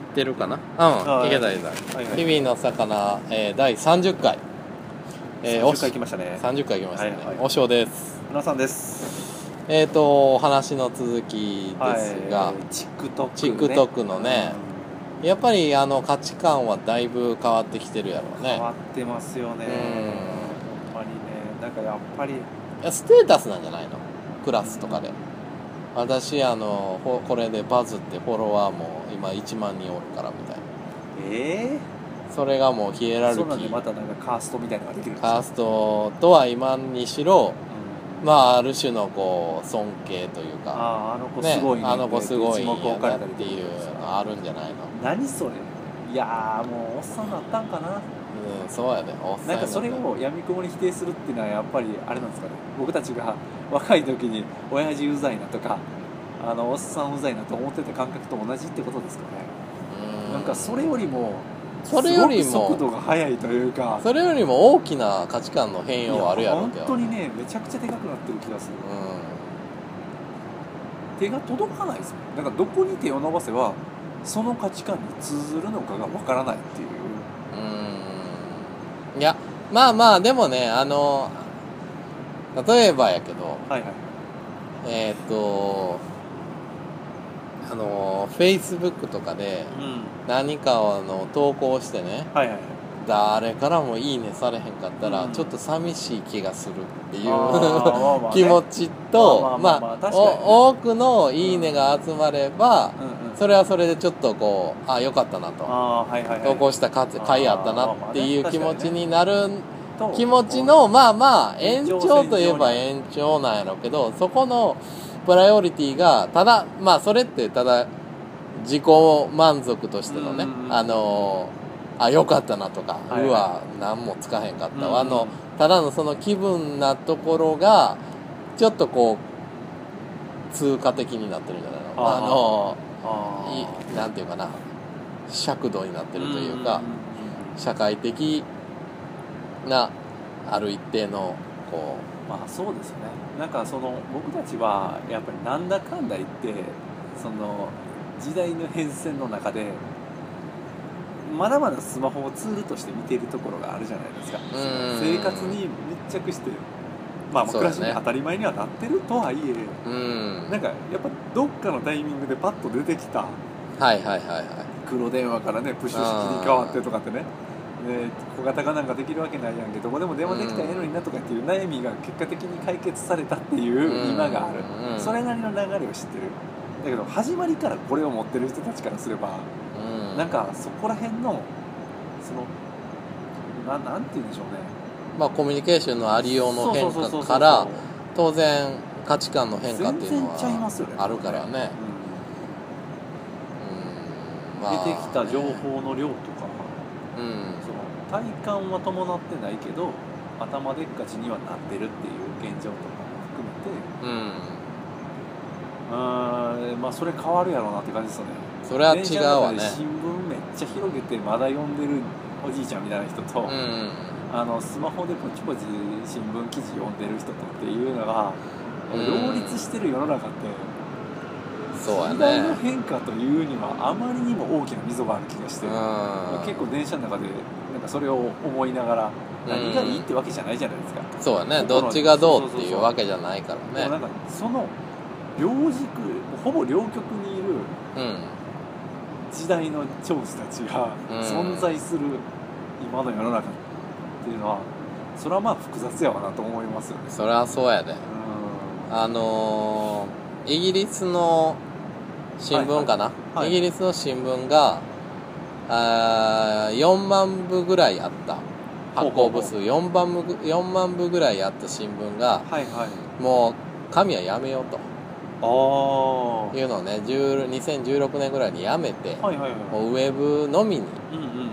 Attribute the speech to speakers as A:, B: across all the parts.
A: ってるかな
B: あ
A: うん
B: ー
A: いけたいけた
B: はいはい
A: 日々の魚、えー第30回えーお
B: 30
A: し
B: 回来ましたね
A: 30回いきましたね、
B: はいはい
A: おしょうです
B: 皆さんです
A: えっ、とお話の続きですが、
B: はい TikTok ね
A: TikTok のねやっぱりあの価値観はだいぶ変わってきてるやろう
B: 変わ
A: ね
B: ってますよねほんまにねなんかやっぱり
A: いやステータスなんじゃないのクラスとかで私あのほこれでバズってフォロワーも今1万人おるからみたいな
B: え
A: それがもうヒエ
B: え
A: ラルキ
B: そうなんでま
A: ー
B: たなんかカーストみたいなのができるんですよ
A: カーストとは今にしろ
B: うん
A: まあある種のこう尊敬というか
B: あーあの子すごいね
A: あの子すごいん
B: 一目
A: や
B: 置か
A: な
B: れ
A: った
B: り
A: ていうのあるんじゃないの
B: 何それいやーもうおっさんなったんかな
A: うんそうやでおっさん
B: なん
A: や
B: かそれをやみくもに否定するっていうのはやっぱりあれなんですかね僕たちが若い時に親父うざいなとかあのおっさんうざいなと思ってた感覚と同じってことですかね、
A: う
B: なんかそれよりも
A: それよりも
B: すごく速度が速いというか
A: それよりも大きな価値観の変容はあるやろうけ
B: い
A: ど
B: や本当にねめちゃくちゃでかくなってる気がする
A: う
B: 手が届かないですもんなんかどこに手を伸ばせばその価値観に通ずるのかがわからないっていうん
A: うんいやまあまあでもねあの例えばやけど
B: はいはい
A: えーっ、とあのフェイスブックとかで
B: うん
A: 何かをあの投稿してね
B: はいはいはい
A: 誰からも「いいね」されへんかったら、
B: うん
A: ちょっと寂しい気がするっていう
B: あ ーまあまあね
A: 気持ちと
B: まあま
A: ま
B: あまあまあ
A: あ
B: 確かにね
A: お多くの「いいね」が集まれば、
B: うんうん
A: それはそれでちょっとこうあ良かったなと
B: ああーはいはいはい
A: 投稿したかつ
B: あー
A: 回あったなってい
B: ま
A: う
B: あ
A: 気
B: ね
A: 持
B: 確か
A: ち
B: に
A: になる
B: と
A: 気持ちのまあまあ延
B: 延長
A: 長といえば
B: 線
A: 延長なんやろうけどそこのプライオリティがただまあそれってただ自己満足としてのね
B: うん
A: あのあ良かったなとか、
B: はいう
A: わ何もつかへんかったわ
B: うん
A: のただのその気分なところがちょっとこう通過的になってるんじゃないの
B: あ
A: あ
B: ー
A: の
B: あー
A: いなんていうかな尺度になってるというか、
B: んんん
A: 社会的なある一定のこ
B: まあそうですよねなんかその僕たちはやっぱりなんだかんだ言ってその時代の変遷の中でまだまだスマホをツールとして見ているところがあるじゃないですか
A: ううん
B: 生活に密着してまあもう
A: そう
B: 暮
A: だ
B: ら
A: ね
B: しに当たり前にはなってるとはいえ
A: ううん
B: なんかやっぱどっかのタイミングでパッと出てきた
A: はいはいはいは
B: 黒電話からねプッシュ式に変わってとかってねで小型化なんかできるわけないやんけどこでも電話できたらええのになとかっていう悩みが結果的に解決されたってい
A: うん
B: う今がある、
A: うん
B: それなりの流れを知ってるだけど始まりからこれを持ってる人たちからすれば、
A: い、う
B: なんかそこら辺のそのななんて言うんでしょうね
A: まあコミュニケーションのありようの変
B: そうそうそう
A: 化
B: そう
A: から当然価値観の変化っていうの
B: 全然ちゃいますよね
A: はあるからね
B: うん
A: うん
B: 出てきた情報の量とか、
A: うん
B: その体感は伴ってないけど頭でっかちにはなってるっていう現状とかも含めて
A: うん
B: うーんまあそれ変わるやろうなって感じですよね
A: それは違うわね
B: 電車の中で新聞めっちゃ広げてまだ読んでるおじいちゃんみたいな人と、
A: うん
B: あのスマホでポチポチ新聞記事読んでる人とっていうのが
A: うん
B: 両立してる世の中って
A: そうや
B: 時代の
A: ね
B: 変化というにはあまりにも大きな溝がある気がして、
A: うん
B: 結構電車の中でなんかそれを思いながら
A: うん
B: 何がいいってわけじゃないじゃないですか、
A: そうやねどっちがどうっていうわけじゃないか
B: で
A: ら
B: も
A: ね
B: なんかその両軸ほぼ両極にいる
A: うん
B: 時代の長子たちが
A: うん
B: 存在する今の世の中っていうのはそれはまあ複雑やわなと思いますよね
A: そりゃそうやで
B: う
A: あのーイギリスの新聞かな、
B: はいはいは
A: イ
B: い
A: ギリスの新聞があー4万部ぐらいあった発行部数4万部ぐ ,4 万部ぐらいあった新聞が
B: んはいはい
A: もう紙はやめようと
B: あ
A: いうのをね10 2016年ぐらいにやめて
B: あはいはいは
A: もうウェブのみに
B: いうんうんうん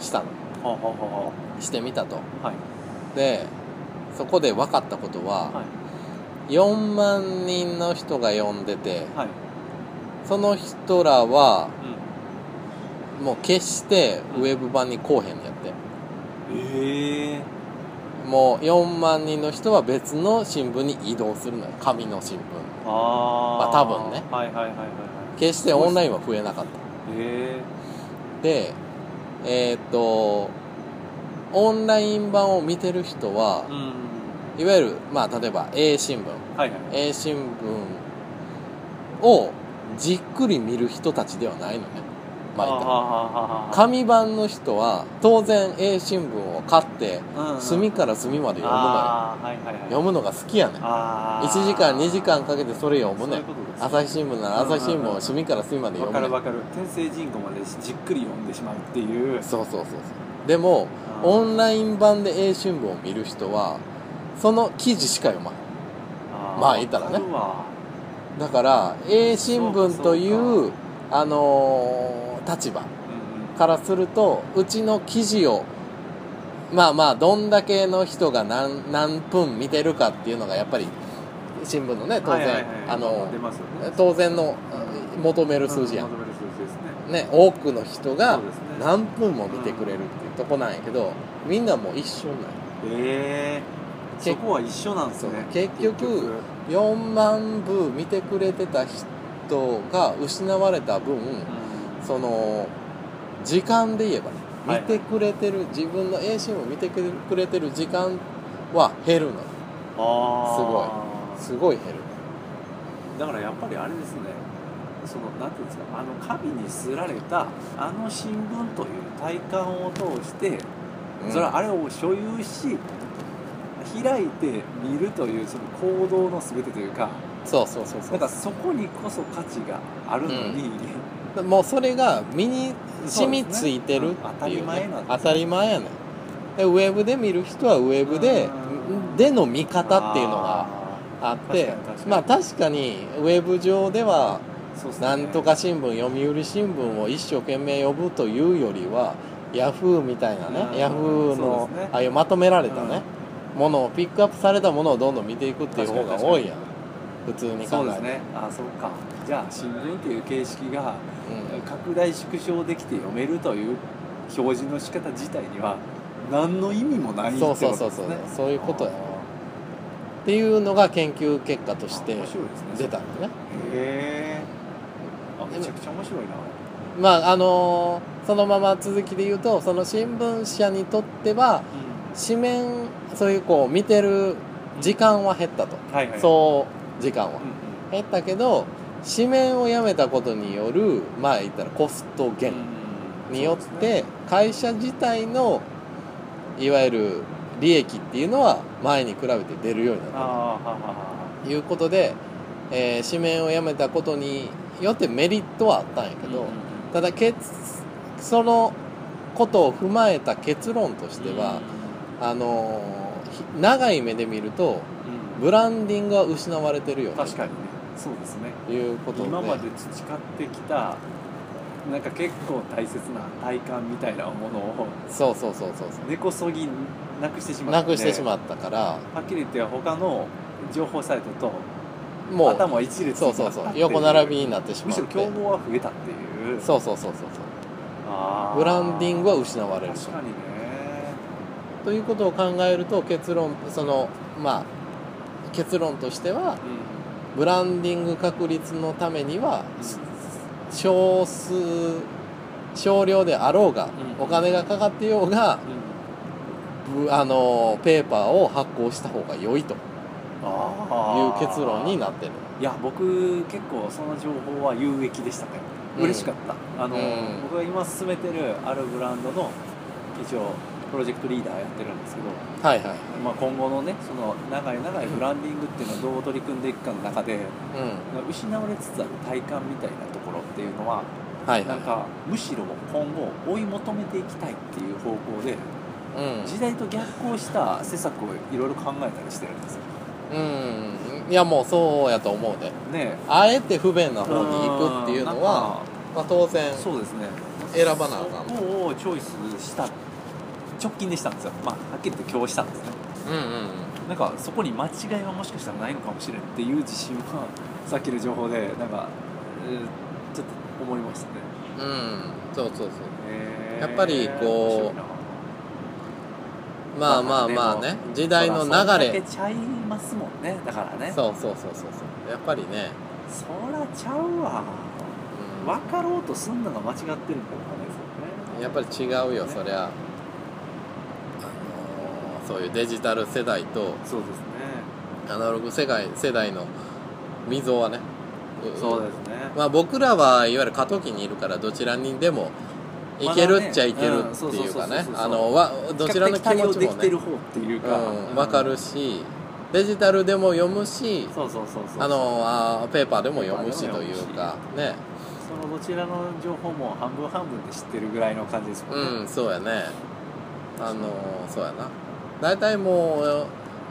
A: したの
B: はあはあは
A: してみたと
B: あはい
A: でそこで分かったこと
B: は
A: は、4万人の人が読んでて
B: いはい
A: その人らは
B: うん
A: もう決してウェブ版に来おへんのやって
B: ええ
A: もう4万人の人は別の新聞に移動するのよ紙の新聞
B: あ
A: ま
B: あ
A: あ多分ね
B: はいはいはいはいはい
A: 決してオンラインは増えなかった
B: ええ
A: でえーっとオンライン版を見てる人は
B: う、ん
A: いわゆるまあ例えば A 新聞
B: はいはい
A: A 新聞をじっくり見る人たちではないのね毎
B: はあ
A: 回
B: はあはあはあ
A: 紙版の人は当然 A 新聞を買って
B: うんうん
A: 隅から隅まで読むのよ
B: あーはいはいはい
A: 読むのが好きやねん
B: あー
A: 1時間2時間かけてそれ読む
B: そう
A: ね
B: い
A: ん
B: うことです
A: 朝日新聞なら朝日新聞を隅から隅まで
B: わ
A: 読
B: か
A: む
B: る
A: ねん
B: わかる天聖人口までじっくり読んでしまうっていう
A: そうそうそうそうでも
B: あー
A: オンライン版で A 新聞を見る人はその記事しか読まない
B: あー
A: まあ言ったらね
B: わかるわ
A: だから A 新聞とい
B: そう
A: うあのー立場
B: うん
A: からするとうちの記事をまあまあどんだけの人が何何分見てるかっていうのがやっぱり新聞のね
B: うん
A: 当
B: はいはいは
A: 然
B: い
A: あの
B: 出ますよね
A: 当然のうん求める数字や
B: うんん求める数字ですね
A: ね多くの人が
B: そうですね
A: 何分も見てくれるっていうとこなんやけどみんなもう一緒なんや
B: ええ
A: け
B: そこは一緒なんです
A: そう
B: ね
A: 結局4万部見てくれてた人が失われた分、
B: うん
A: その時間で言えばね
B: はい
A: 見てくれてる、自分の A シーンを見てくれてる時間は減るの
B: あ
A: すごい減る
B: ごいだからやっぱりあれですねそのなんていうんですかあの紙にすられたあの新聞という体感を通してそれは
A: あ
B: あれを所有し開いて見るというその行動の全てというか
A: そうそうそうそ
B: な
A: うん
B: かそこにこそ価値があるのに、
A: もうそれが身に
B: そ
A: 染
B: うですね
A: みついてるっていう,、ね
B: うん
A: 当
B: 当
A: たり前やねでウェブで見る人はウェブで
B: うん
A: での見方っていうのが
B: あ
A: あって
B: 確かに確かに
A: まあ確かにウェブ上では
B: ーそうっすね
A: なんとか新聞読売新聞を一生懸命呼ぶというよりはヤフーみたいな
B: うん
A: ねヤフー
B: そ
A: の
B: うですね
A: ああいうまとめられたねものをピックアップされたものをどんどん見ていくっていう方が多いやん普通に
B: そ
A: 考
B: うで
A: え
B: す
A: て
B: ねあーそうかじゃあ新聞っていう形式が
A: うん
B: 拡大縮小できて読めるという表示の仕方自体には何の意味もないって
A: そ
B: こ
A: う
B: と
A: そう
B: ですね
A: そうそうそういうことやね
B: あ
A: っていうのが研究結果と
B: ー
A: して
B: 面白いですね
A: 出たんだね
B: へえあめちゃくちゃ面白いな
A: まああのーそのまま続きで言うとその新聞社にとっては紙面そういうこう見てる時間は減ったと
B: はいはい
A: 総時間は
B: うんうん
A: 減ったけど紙面をやめたことによるまあ言ったらコスト減
B: うん
A: によ
B: そ
A: っ
B: うですね
A: て会社自体のいわゆる利益っていうのは前に比べて出るように
B: あー
A: なっ
B: ははは
A: たということで、えー紙面をやめたことによってメリットはあったんやけど、
B: うんうん
A: ただ結そのことを踏まえた結論としては、あのーひ長い目で見ると
B: うん
A: ブランディングは失われてるよね
B: 確かにねそうですね
A: ということで
B: 今まで培ってきたなんか結構大切な体感みたいなものを
A: そうそうそうそうそ
B: 根こそぎなくしてし
A: う
B: ま
A: な
B: って
A: くしてしまったから
B: はっきり言って他の情報サイトと
A: もう
B: 頭一列
A: そう
B: に
A: そ
B: な
A: う
B: った
A: そ
B: って
A: う
B: いう
A: 横並びになってし
B: む
A: まっ
B: してろ競合は増えたっていう
A: そうそうそうそうそう
B: あー
A: ブランディングは失われる
B: 確かにね
A: ということを考えると結論そのまあ結論としてはブランディング確立のためには少数少量であろうが、
B: うん
A: お金がかかってようが
B: うん、うん
A: ぶあのペーパーを発行した方が良いという
B: あー
A: 結論になってる
B: いや僕結構その情報は有益でしたね
A: うん
B: 嬉しかった、あの、
A: うん
B: 僕が今進めてるあるブランドの一応プロジェクトリーダーやってるんですけど、
A: はいはい
B: まあ、今後のねその長い長いブランディングっていうのをどう取り組んでいくかの中で
A: うん
B: 失われつつある体感みたいなところっていうのは
A: はいは
B: ないんかむしろ今後追い求めていきたいっていう方向で
A: うん
B: 時代と逆行した施策をいろいろ考えたりしてるんですよ
A: うんいやもうそうやと思うで
B: ね
A: あえて不便な方に行くっていうのは
B: なんか
A: まあ、当然
B: そうですね
A: 選ばなあかん
B: そこをチョイスした直近でしたんですよまあはっきり言って今日したんですね
A: うんうんうん
B: なんかそこに間違いはもしかしたらないのかもしれんっていう自信はさっきの情報でなんか、えーちょっと思いましたね
A: うんそうそうそう
B: へー
A: やっぱり
B: 面白
A: こう
B: いな
A: まあまあまあね時代の流
B: そらそんだけ
A: れ
B: ちゃいますもんねだからね
A: そうそうそうそうそうやっぱりね、
B: そらちゃうわ
A: うん
B: 分かろうとすんのが間違ってるんだと思うんですよね
A: やっぱり違うよそりゃ、あのーそういうデジタル世代と
B: そうですね
A: アナログ世界世代の溝はね
B: そうですね
A: まあ僕らはいわゆる過渡期にいるからどちらにでもいけるっちゃいけるっていうか
B: まだねうんそうそうそう
A: ね
B: そう
A: あのわどちらの気持ち
B: 比較的対応で
A: も
B: きて
A: ね
B: る方っていうか、
A: うんわかるしデジタルでも読むし
B: そうそうそうそう
A: あのあペーパーでも読むし
B: ペーパー
A: と
B: で
A: いう
B: も読むし
A: かね
B: そのどちらの情報も半分半分で知ってるぐらいの感じですもんね、
A: うんそうやねあのそうやな大体も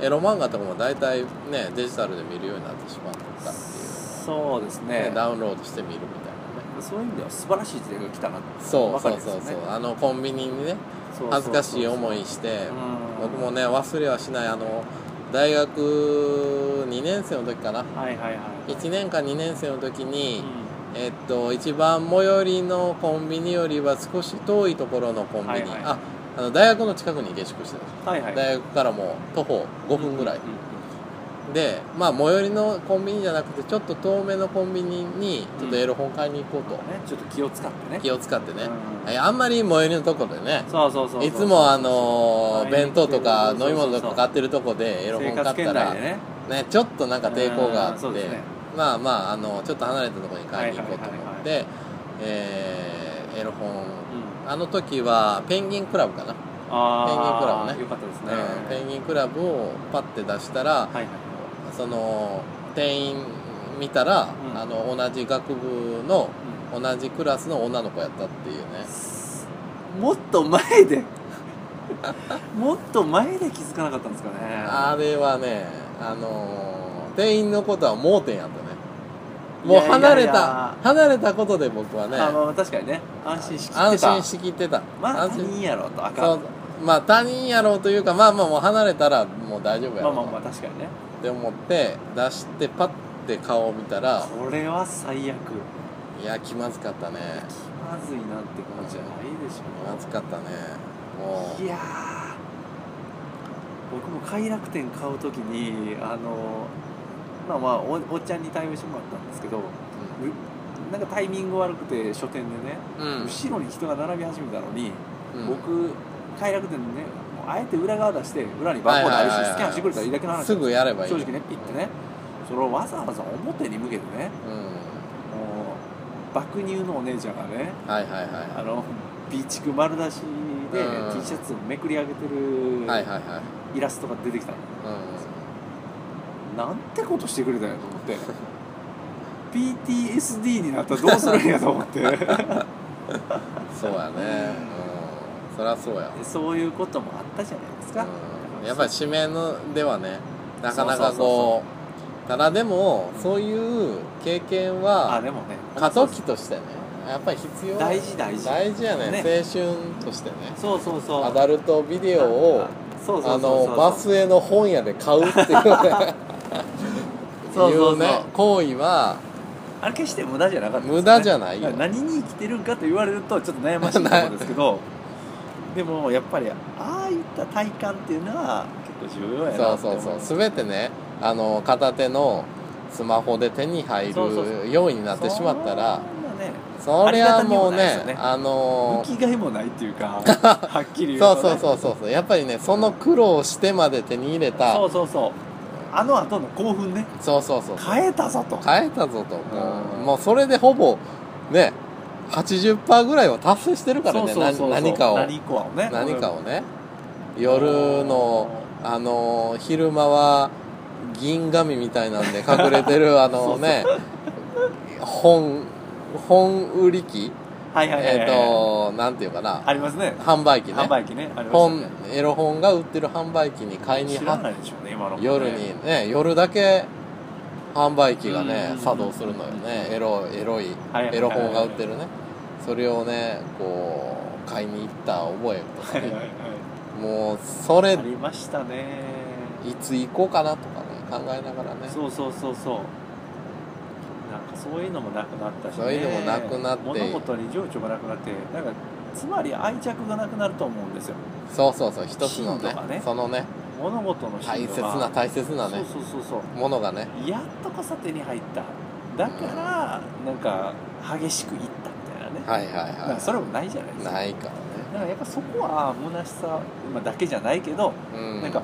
A: うエロ漫画とかも大体ねデジタルで見るようになってしまったっていう
B: そうですね
A: ねダウンロードして見るみたいなね
B: そういう意味では素晴らしい時代が来たな
A: そう
B: わ
A: そ
B: かる
A: うん
B: です
A: そ
B: よ
A: う
B: ね
A: そうあのコンビニにね
B: そうそうそう
A: 恥ずかしい思いして
B: うん
A: 僕もね忘れはしないあの大学2年生の時かな
B: はいはいはい、
A: 1年か2年生の時に、
B: う
A: えっと、一番最寄りのコンビニよりは少し遠いところのコンビニ、
B: はいはい
A: ああの大学の近くに下宿してた、
B: んはいはい
A: 大学からもう徒歩5分ぐらい、
B: うんうん
A: で、まあ、最寄りのコンビニじゃなくてちょっと遠めのコンビニにちょっとエロ本買いに行こうと
B: うん、ねちょっと気を使ってね
A: 気を使ってね、
B: うん
A: はいあんまり最寄りのところでね
B: そうそうそうそう
A: いつもあのー
B: 買い
A: 弁
B: に来て
A: 当
B: る
A: とか飲み物とか買ってるとこでエロ
B: 生
A: 本買っ
B: 活
A: た
B: 圏
A: ら
B: 内で
A: ね
B: ね
A: ちょっとなんか抵抗があ
B: うん
A: っ
B: そうで
A: て
B: すね
A: まあまああのちょっと離れたところに買いに行こうと思っ
B: は
A: てえーエロ本
B: うん
A: あの時はペンギンクラブかな、
B: あ
A: ペンギンクラブね
B: よかったですね、
A: うんペンギンクラブをパッて出したら
B: はいはい
A: その店員見たら、
B: うん
A: あの同じ学部の
B: うん
A: 同じクラスの女の子やったっていうね
B: もっと前でもっと前で気づかなかったんですかね
A: あれはねあのー店員のことは盲点やったねもうい
B: やいやいや
A: 離れた離れたことで僕はね
B: あの確かにね安心しきってた
A: 安心しきってた
B: まあ
A: 安
B: 他
A: 心
B: 人やろとあか
A: そうんまあ他人やろうというかまあまあもう離れたらもう大丈夫やろ
B: まあ
A: う
B: まあまあ確かにね
A: って思って出してパッて顔を見たら
B: これは最悪
A: いや気まずかったね
B: 気まずいなんてことじゃないでし
A: 気まずかったねも
B: ょいやー僕も快楽天買う時にあのまあまあおおっちゃんに対応してもらったんですけど
A: う
B: うなんかタイミング悪くて書店でね、
A: うん
B: 後ろに人が並び始めたのに
A: うん
B: 僕快楽天でねもうあえて裏側出して裏にバーコードあるし
A: はいはいはいはい
B: スキャンしてくれたらいいだけの話
A: すぐやればいい
B: 正直ねピッてねそれをわざわざ表に向けてね
A: うん
B: もう爆乳のお姉ちゃんがね
A: はいはいはい
B: あの備蓄丸出しで
A: うん
B: T シャツをめくり上げてる
A: はいはいはいはい
B: イラストが出てきたの、
A: う
B: なんてことしてくれたんやと思って PTSD になったらどうするんやと思っ て
A: んそうやねうんそりゃそうや
B: そういうこともあったじゃないですか、
A: うんやっぱり紙面のではねなかなかこうただでもそういう経験
B: あ
A: は
B: でもね
A: 過渡期としてねやっぱり必要
B: 大事大事
A: 大事やね
B: ね
A: 青春としてね
B: そうそうそう
A: アダルトビデオを
B: そうそ
A: あ
B: うそうそ
A: の
B: う
A: バスへの本屋で買うっていう ね
B: そうそうそう
A: いうね行為は
B: あれ決して無駄じゃなかったですね
A: 無駄じゃないよ
B: 何に生きてるんかと言われるとちょっと悩ましいところですけど でもやっぱりああいった体感っていうのは結構重要や
A: そ
B: な
A: う
B: って思
A: そうそう全てねあの片手のスマホで手に入
B: そうそうそ
A: るようになってしまったら
B: そんな
A: そりゃも
B: ね
A: う
B: ありがたみもないです
A: ね
B: よね
A: あ
B: 向
A: のー
B: きがいもないって いうかはっきり言う
A: そ
B: と、
A: う
B: ね、
A: そうそうそうそうやっぱりねその苦労をしてまで手に入れた
B: そうそうそうあの後の興奮ね
A: そうそうそう
B: 変えたぞと
A: 変えたぞともう
B: うん
A: もうそれでほぼね80%ぐらいは達成してるからね
B: そうそうそうそう
A: な何かを
B: 何かをね
A: 何か
B: を
A: をね夜のあのー昼間は銀紙みたいなんで隠れて るあのね本本売り機
B: はいはいはい、
A: え
B: は
A: っ、
B: い
A: となんていうかな
B: ありますね
A: 販売機ね
B: 販売機ねありました
A: 本
B: ね
A: エロ本が売ってる販売機に買いに
B: 知ら
A: は
B: ないでしょうね今の、ね、
A: 夜にね夜だけ販売機が
B: う
A: ね
B: ん
A: 作動するのよねエロエロい
B: はいはいはいはい
A: エロ本が売ってるねそれをねこう買いに行った覚えとか
B: はいはい
A: ね
B: はい
A: もうそれ
B: ありましたね
A: いつ行こうかなとかね考えながらね
B: そうそうそうそうなんかそういうのもなくなったし、ね、
A: そういうのもなくなって
B: 物事に情緒がなくなってなんかつまり愛着がなくなると思うんですよ
A: そうそうそう一つのね
B: 頻度がね
A: そのね
B: 物事の
A: 大
B: 頻
A: 切
B: 度が
A: な大切なね
B: そうそうそうそ
A: ものがね
B: うやっとこさ手に入っただから、なんか激しくいったみたいなね
A: はいはい
B: だからそ
A: は
B: れもないじゃないで
A: い
B: すか
A: ないからね
B: だからやっぱそこは虚しさ、まあ、だけじゃないけど、
A: うん
B: なんか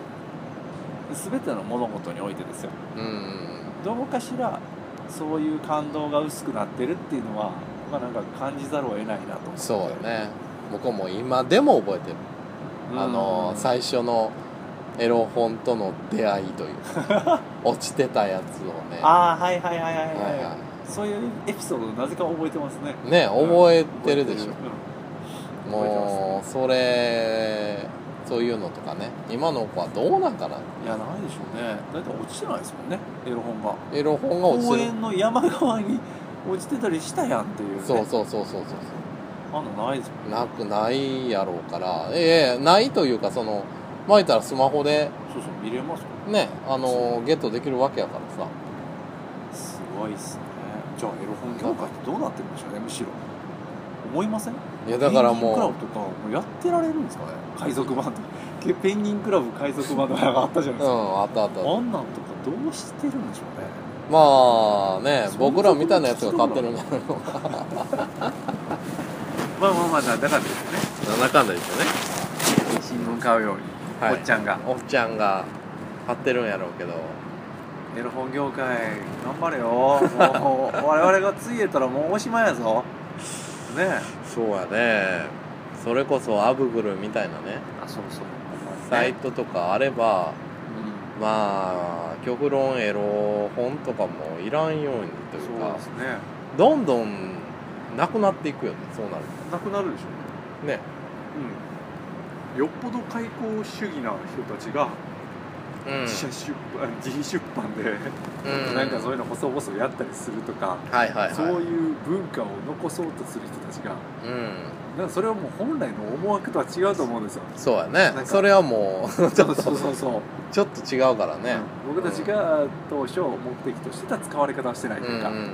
B: 全ての物事においてですよ
A: うん
B: どうかしらそういう感動が薄くなってるっていうのは、まあ、なんか感じざるを得ないなと思って
A: そうよね僕も今でも覚えてる、
B: うん
A: あの最初のエロ本との出会いという か落ちてたやつをね
B: ああはいはいはいはい
A: は
B: はいい、
A: は
B: そういうエピソードなぜか覚えてますね
A: いね覚えてるでしょ、
B: うん覚えてます
A: もうそれそういうのとかね今の子はどうなんかない
B: やないでしょうねだいたい落ちてないですもんねエロ本が
A: エロ本が落ち
B: 公
A: てる
B: 園の山側に落ちてたりしたやんっていう、ね、
A: そうそうそうそうそう
B: あんのないですもん
A: そうなくないやろうからええないというかそのまいたらスマホで
B: そうそう見れますもん
A: ねあのゲットできるわけやからさ
B: すごいっすねじゃあエロ本業界ってどうなってるんでしょうねむしろ思いません
A: いやだから
B: ペンギンクラ
A: も
B: ブとかもうやってられるんですかね海賊版とかけペンギンクラブ海賊版とかがあったじゃないう
A: う
B: ですか、
A: んあったあった
B: あんなんとかどうしてるんでしょうね
A: まあね
B: そんな
A: 僕らみたいなやつが買ってるんだろう
B: まあまあまあだからですね
A: なんだかんだですよね
B: 新聞買うように、
A: はい
B: おっちゃんが
A: おっちゃんが買ってるんやろうけど
B: エロ本業界頑張れよもう我々がついえたらもうおしまいやぞねえ
A: そうやねそれこそアブグルみたいなね
B: あそうそう
A: サイトとかあればまあ極論エロ本とかもいらんようにと
B: うん、
A: いう
B: そう
A: か
B: ですね
A: どんどんなくなっていくよねそうなる
B: なくなるでしょ
A: とね
B: うんよっぽど開口主義な人たちが
A: うん
B: 自社出版、 自費出版で、
A: う
B: なんかそういうの細々やったりするとか、
A: はいはいはい
B: そういう文化を残そうとする人たちが
A: うん
B: なんかそれはもう本来の思惑とは違うと思うんですよ
A: そうや
B: んか
A: ね それはもう
B: そうそうそうそう、
A: ちょっと違うからね
B: 僕たちが当初目的としてた使われ方をしてないと
A: うんう
B: い
A: ん
B: うか、
A: うん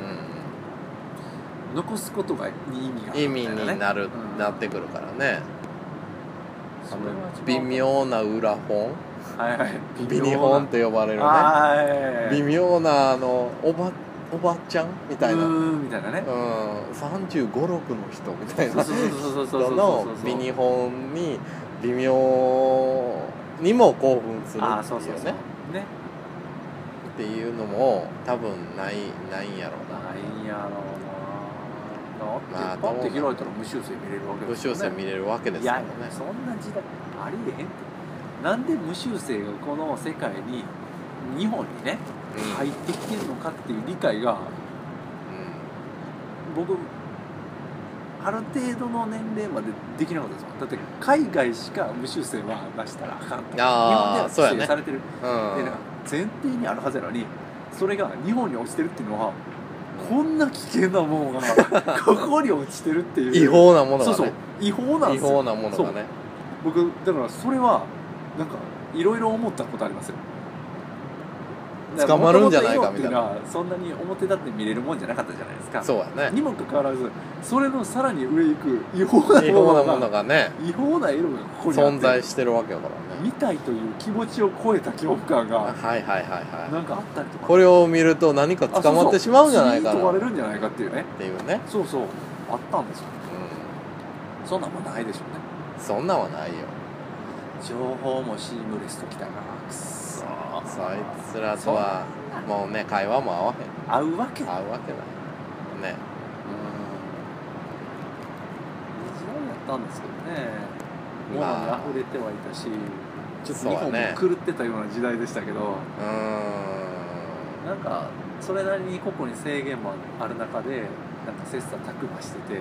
B: 残すことがに意味があ
A: 意
B: るみ
A: 味
B: たいな、ね、
A: になる、
B: うん
A: なってくるからねあ
B: それは違
A: の
B: う
A: 微妙な裏本
B: はいはい
A: ビニ本って呼ばれるね
B: はい
A: 微妙なあのおばおばちゃんみたいな
B: う
A: うん
B: ーんみたいなね
A: 3 5 6の人みたい
B: そう
A: な
B: そうそうそうそうそう
A: 人のビニ本に微妙にも興奮する
B: あー
A: っ
B: そう
A: て
B: そ
A: いうう
B: そう
A: ね
B: ね
A: っていうのも多分ないないんやろうな
B: なんやろ
A: ま
B: うなだ
A: あ
B: ってパッて
A: どうな
B: 開いたら無修正見れるわけ
A: 無
B: ですよ
A: 修
B: ね
A: 正見れるわけです
B: い
A: から
B: や
A: ね
B: そんな時代ありえへんってなんで無修正がこの世界に日本にね
A: うん
B: 入ってきてるのかっていう理解が僕ある程度の年齢までできなかったですもんだって海外しか無修正は出したらあかん
A: うんああ
B: 日
A: そう
B: 本で
A: やね
B: は規制されてる
A: うん
B: でなんか前提にあるはずやのにそれが日本に落ちてるっていうのはこんな危険な ものがここに落ちてるっていう
A: 違法なものが
B: そう
A: ね
B: そう違法なん
A: 違
B: です
A: 法
B: よ
A: なものがね
B: 僕だからそれはなんかいろいろ思ったことありますよ
A: 捕まるんじゃないかみたいな
B: 元々色ってうのはそんなに表立って見れるもんじゃなかったじゃないですか
A: そうやね
B: にもかかわらずそれのさらに上行く違法な
A: 違
B: も
A: 法な
B: の
A: もの
B: が
A: がね
B: 違法な色がここにあって
A: 存在してるわけだからね
B: 見たいという気持ちを超えた恐怖感が
A: はいはいはいは
B: なんかあったりと
A: い
B: か
A: これを見ると何か
B: あ
A: 捕まってしまうんじゃないか
B: そうそう
A: な
B: 次
A: っ
B: に問われるんじゃないかっていうね
A: ていうね
B: そうそうあったんですよ
A: う
B: そんなんもないでしょうね
A: んそんなんはないよ
B: 情報もシームレスときたなくそ
A: そいつらとはもうね会話も合わへ
B: 合うわけ
A: ん
B: ない
A: 合うわけないね
B: うんいい時代やったんですけどね
A: まあ
B: 物に溢れてはいたしちょっと
A: そう
B: 日
A: だ
B: 本
A: ね
B: も狂ってたような時代でしたけど、
A: うー
B: なんかそれなりに個々に制限もある中でなんか切磋琢磨してて
A: ん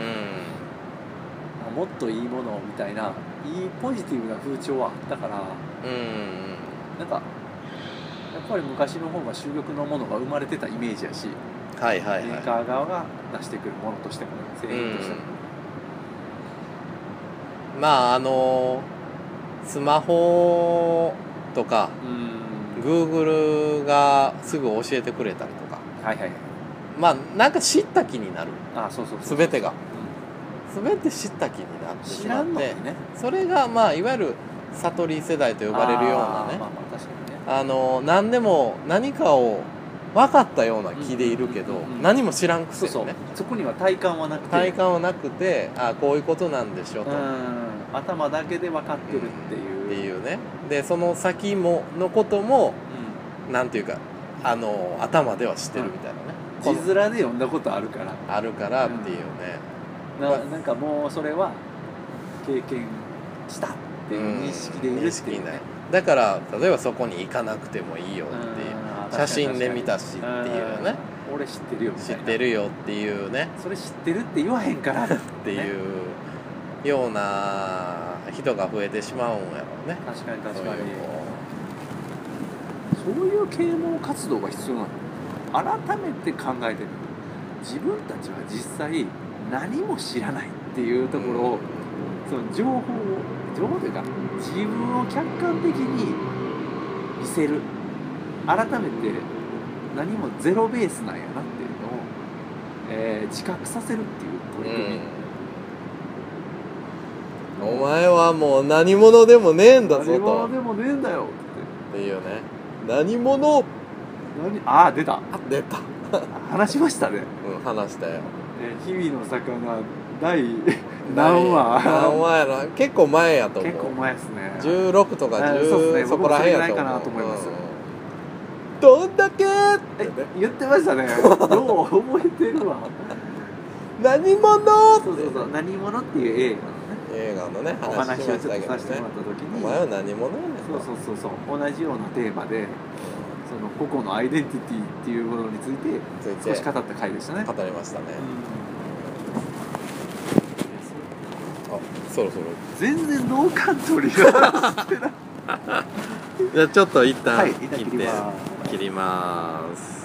B: あもっといいものをみたいないいポジティブな風潮はあったから
A: うんうん
B: なんかやっぱり昔の方が珠玉のものが生まれてたイメージやし、
A: はいはい
B: メー
A: は
B: カー側が出してくるものとしてもね製
A: い、う
B: 品
A: ん
B: としても、、
A: まああのスマホとか
B: うん
A: Google がすぐ教えてくれたりとか
B: はいはいはい
A: まあなんか知った気になる
B: あそうそうそう
A: 全てが
B: う
A: 全て知った気になっ
B: ん
A: てし
B: 知
A: ま
B: ら
A: っ
B: んの
A: て
B: にね
A: それがまあいわゆる悟り世代と呼ばれるような
B: あー
A: ね
B: まあまあ確かにね
A: あの何でも何かを分かったような気でいるけど、
B: うんうんうん
A: 何も知らんく
B: そ
A: せ
B: うそ
A: に
B: う
A: ね
B: そこには体感はなくて
A: 体感はなくてあこういうことなんでしょと、
B: う
A: っ
B: ん頭だけで分かってるっていう、
A: ていうねでその先ものこともなんていうかあの頭では知ってるみたいなね、
B: う
A: こ
B: ん
A: の
B: 字面で読んだことあるから
A: あるからっていうね、
B: ななんかもうそれは経験したっていう認識でいる
A: 認
B: って
A: 識
B: いう、
A: ないだから例えばそこに行かなくてもいいよっていう
B: うん
A: 写真で見たしっていうね
B: うん俺知ってるよみた
A: 知
B: い
A: っ
B: な
A: てるよっていうね
B: それ知ってるって言わへんか ら
A: っていうような人が増えてしまうんやろうね
B: 確かに確
A: そう
B: かに
A: いうこ
B: そういう啓蒙活動が必要なの改めて考えてみる自分たちは実際何も知らないっていう
A: う
B: ところを、
A: うん
B: その情報を情報というか自分を客観的に見せる改めて何もゼロベースなんやなっていうのを、えー自覚させるっていう取り組み、
A: お前はもう何者でもねえんだぞ
B: 何
A: と
B: 者でもねえんだよ
A: っていうね何者
B: って何ああ出た
A: あ出た、
B: 話しましたね、
A: うん、話したよ
B: えー日々の魚第 何話
A: 何話やな結構前やと思う
B: 結構前ですね
A: 16とか
B: あそうっすね
A: 10そこら辺やと思う
B: 僕もそれぐらいかなと思います
A: うんどんだけって
B: え
A: ね
B: 言って ましたねよう覚えてるわ
A: 何者って
B: そうそうそう何者っていう映画のね
A: 映画のね
B: お
A: 話
B: 話
A: しま
B: を
A: し
B: ちょ
A: た
B: っ
A: け
B: と
A: ど
B: させて
A: ね
B: もらった時
A: お
B: に
A: 前は何者やねんと
B: そうそうそうそう同じようなテーマでその個々のアイデンティティっていうものについて
A: つい
B: 少して語った回でしたね、
A: 語りましたね
B: うん
A: あそろそろ
B: 全然ノーカントリーが
A: じゃあちょっと一旦
B: はいいただきます
A: 切ります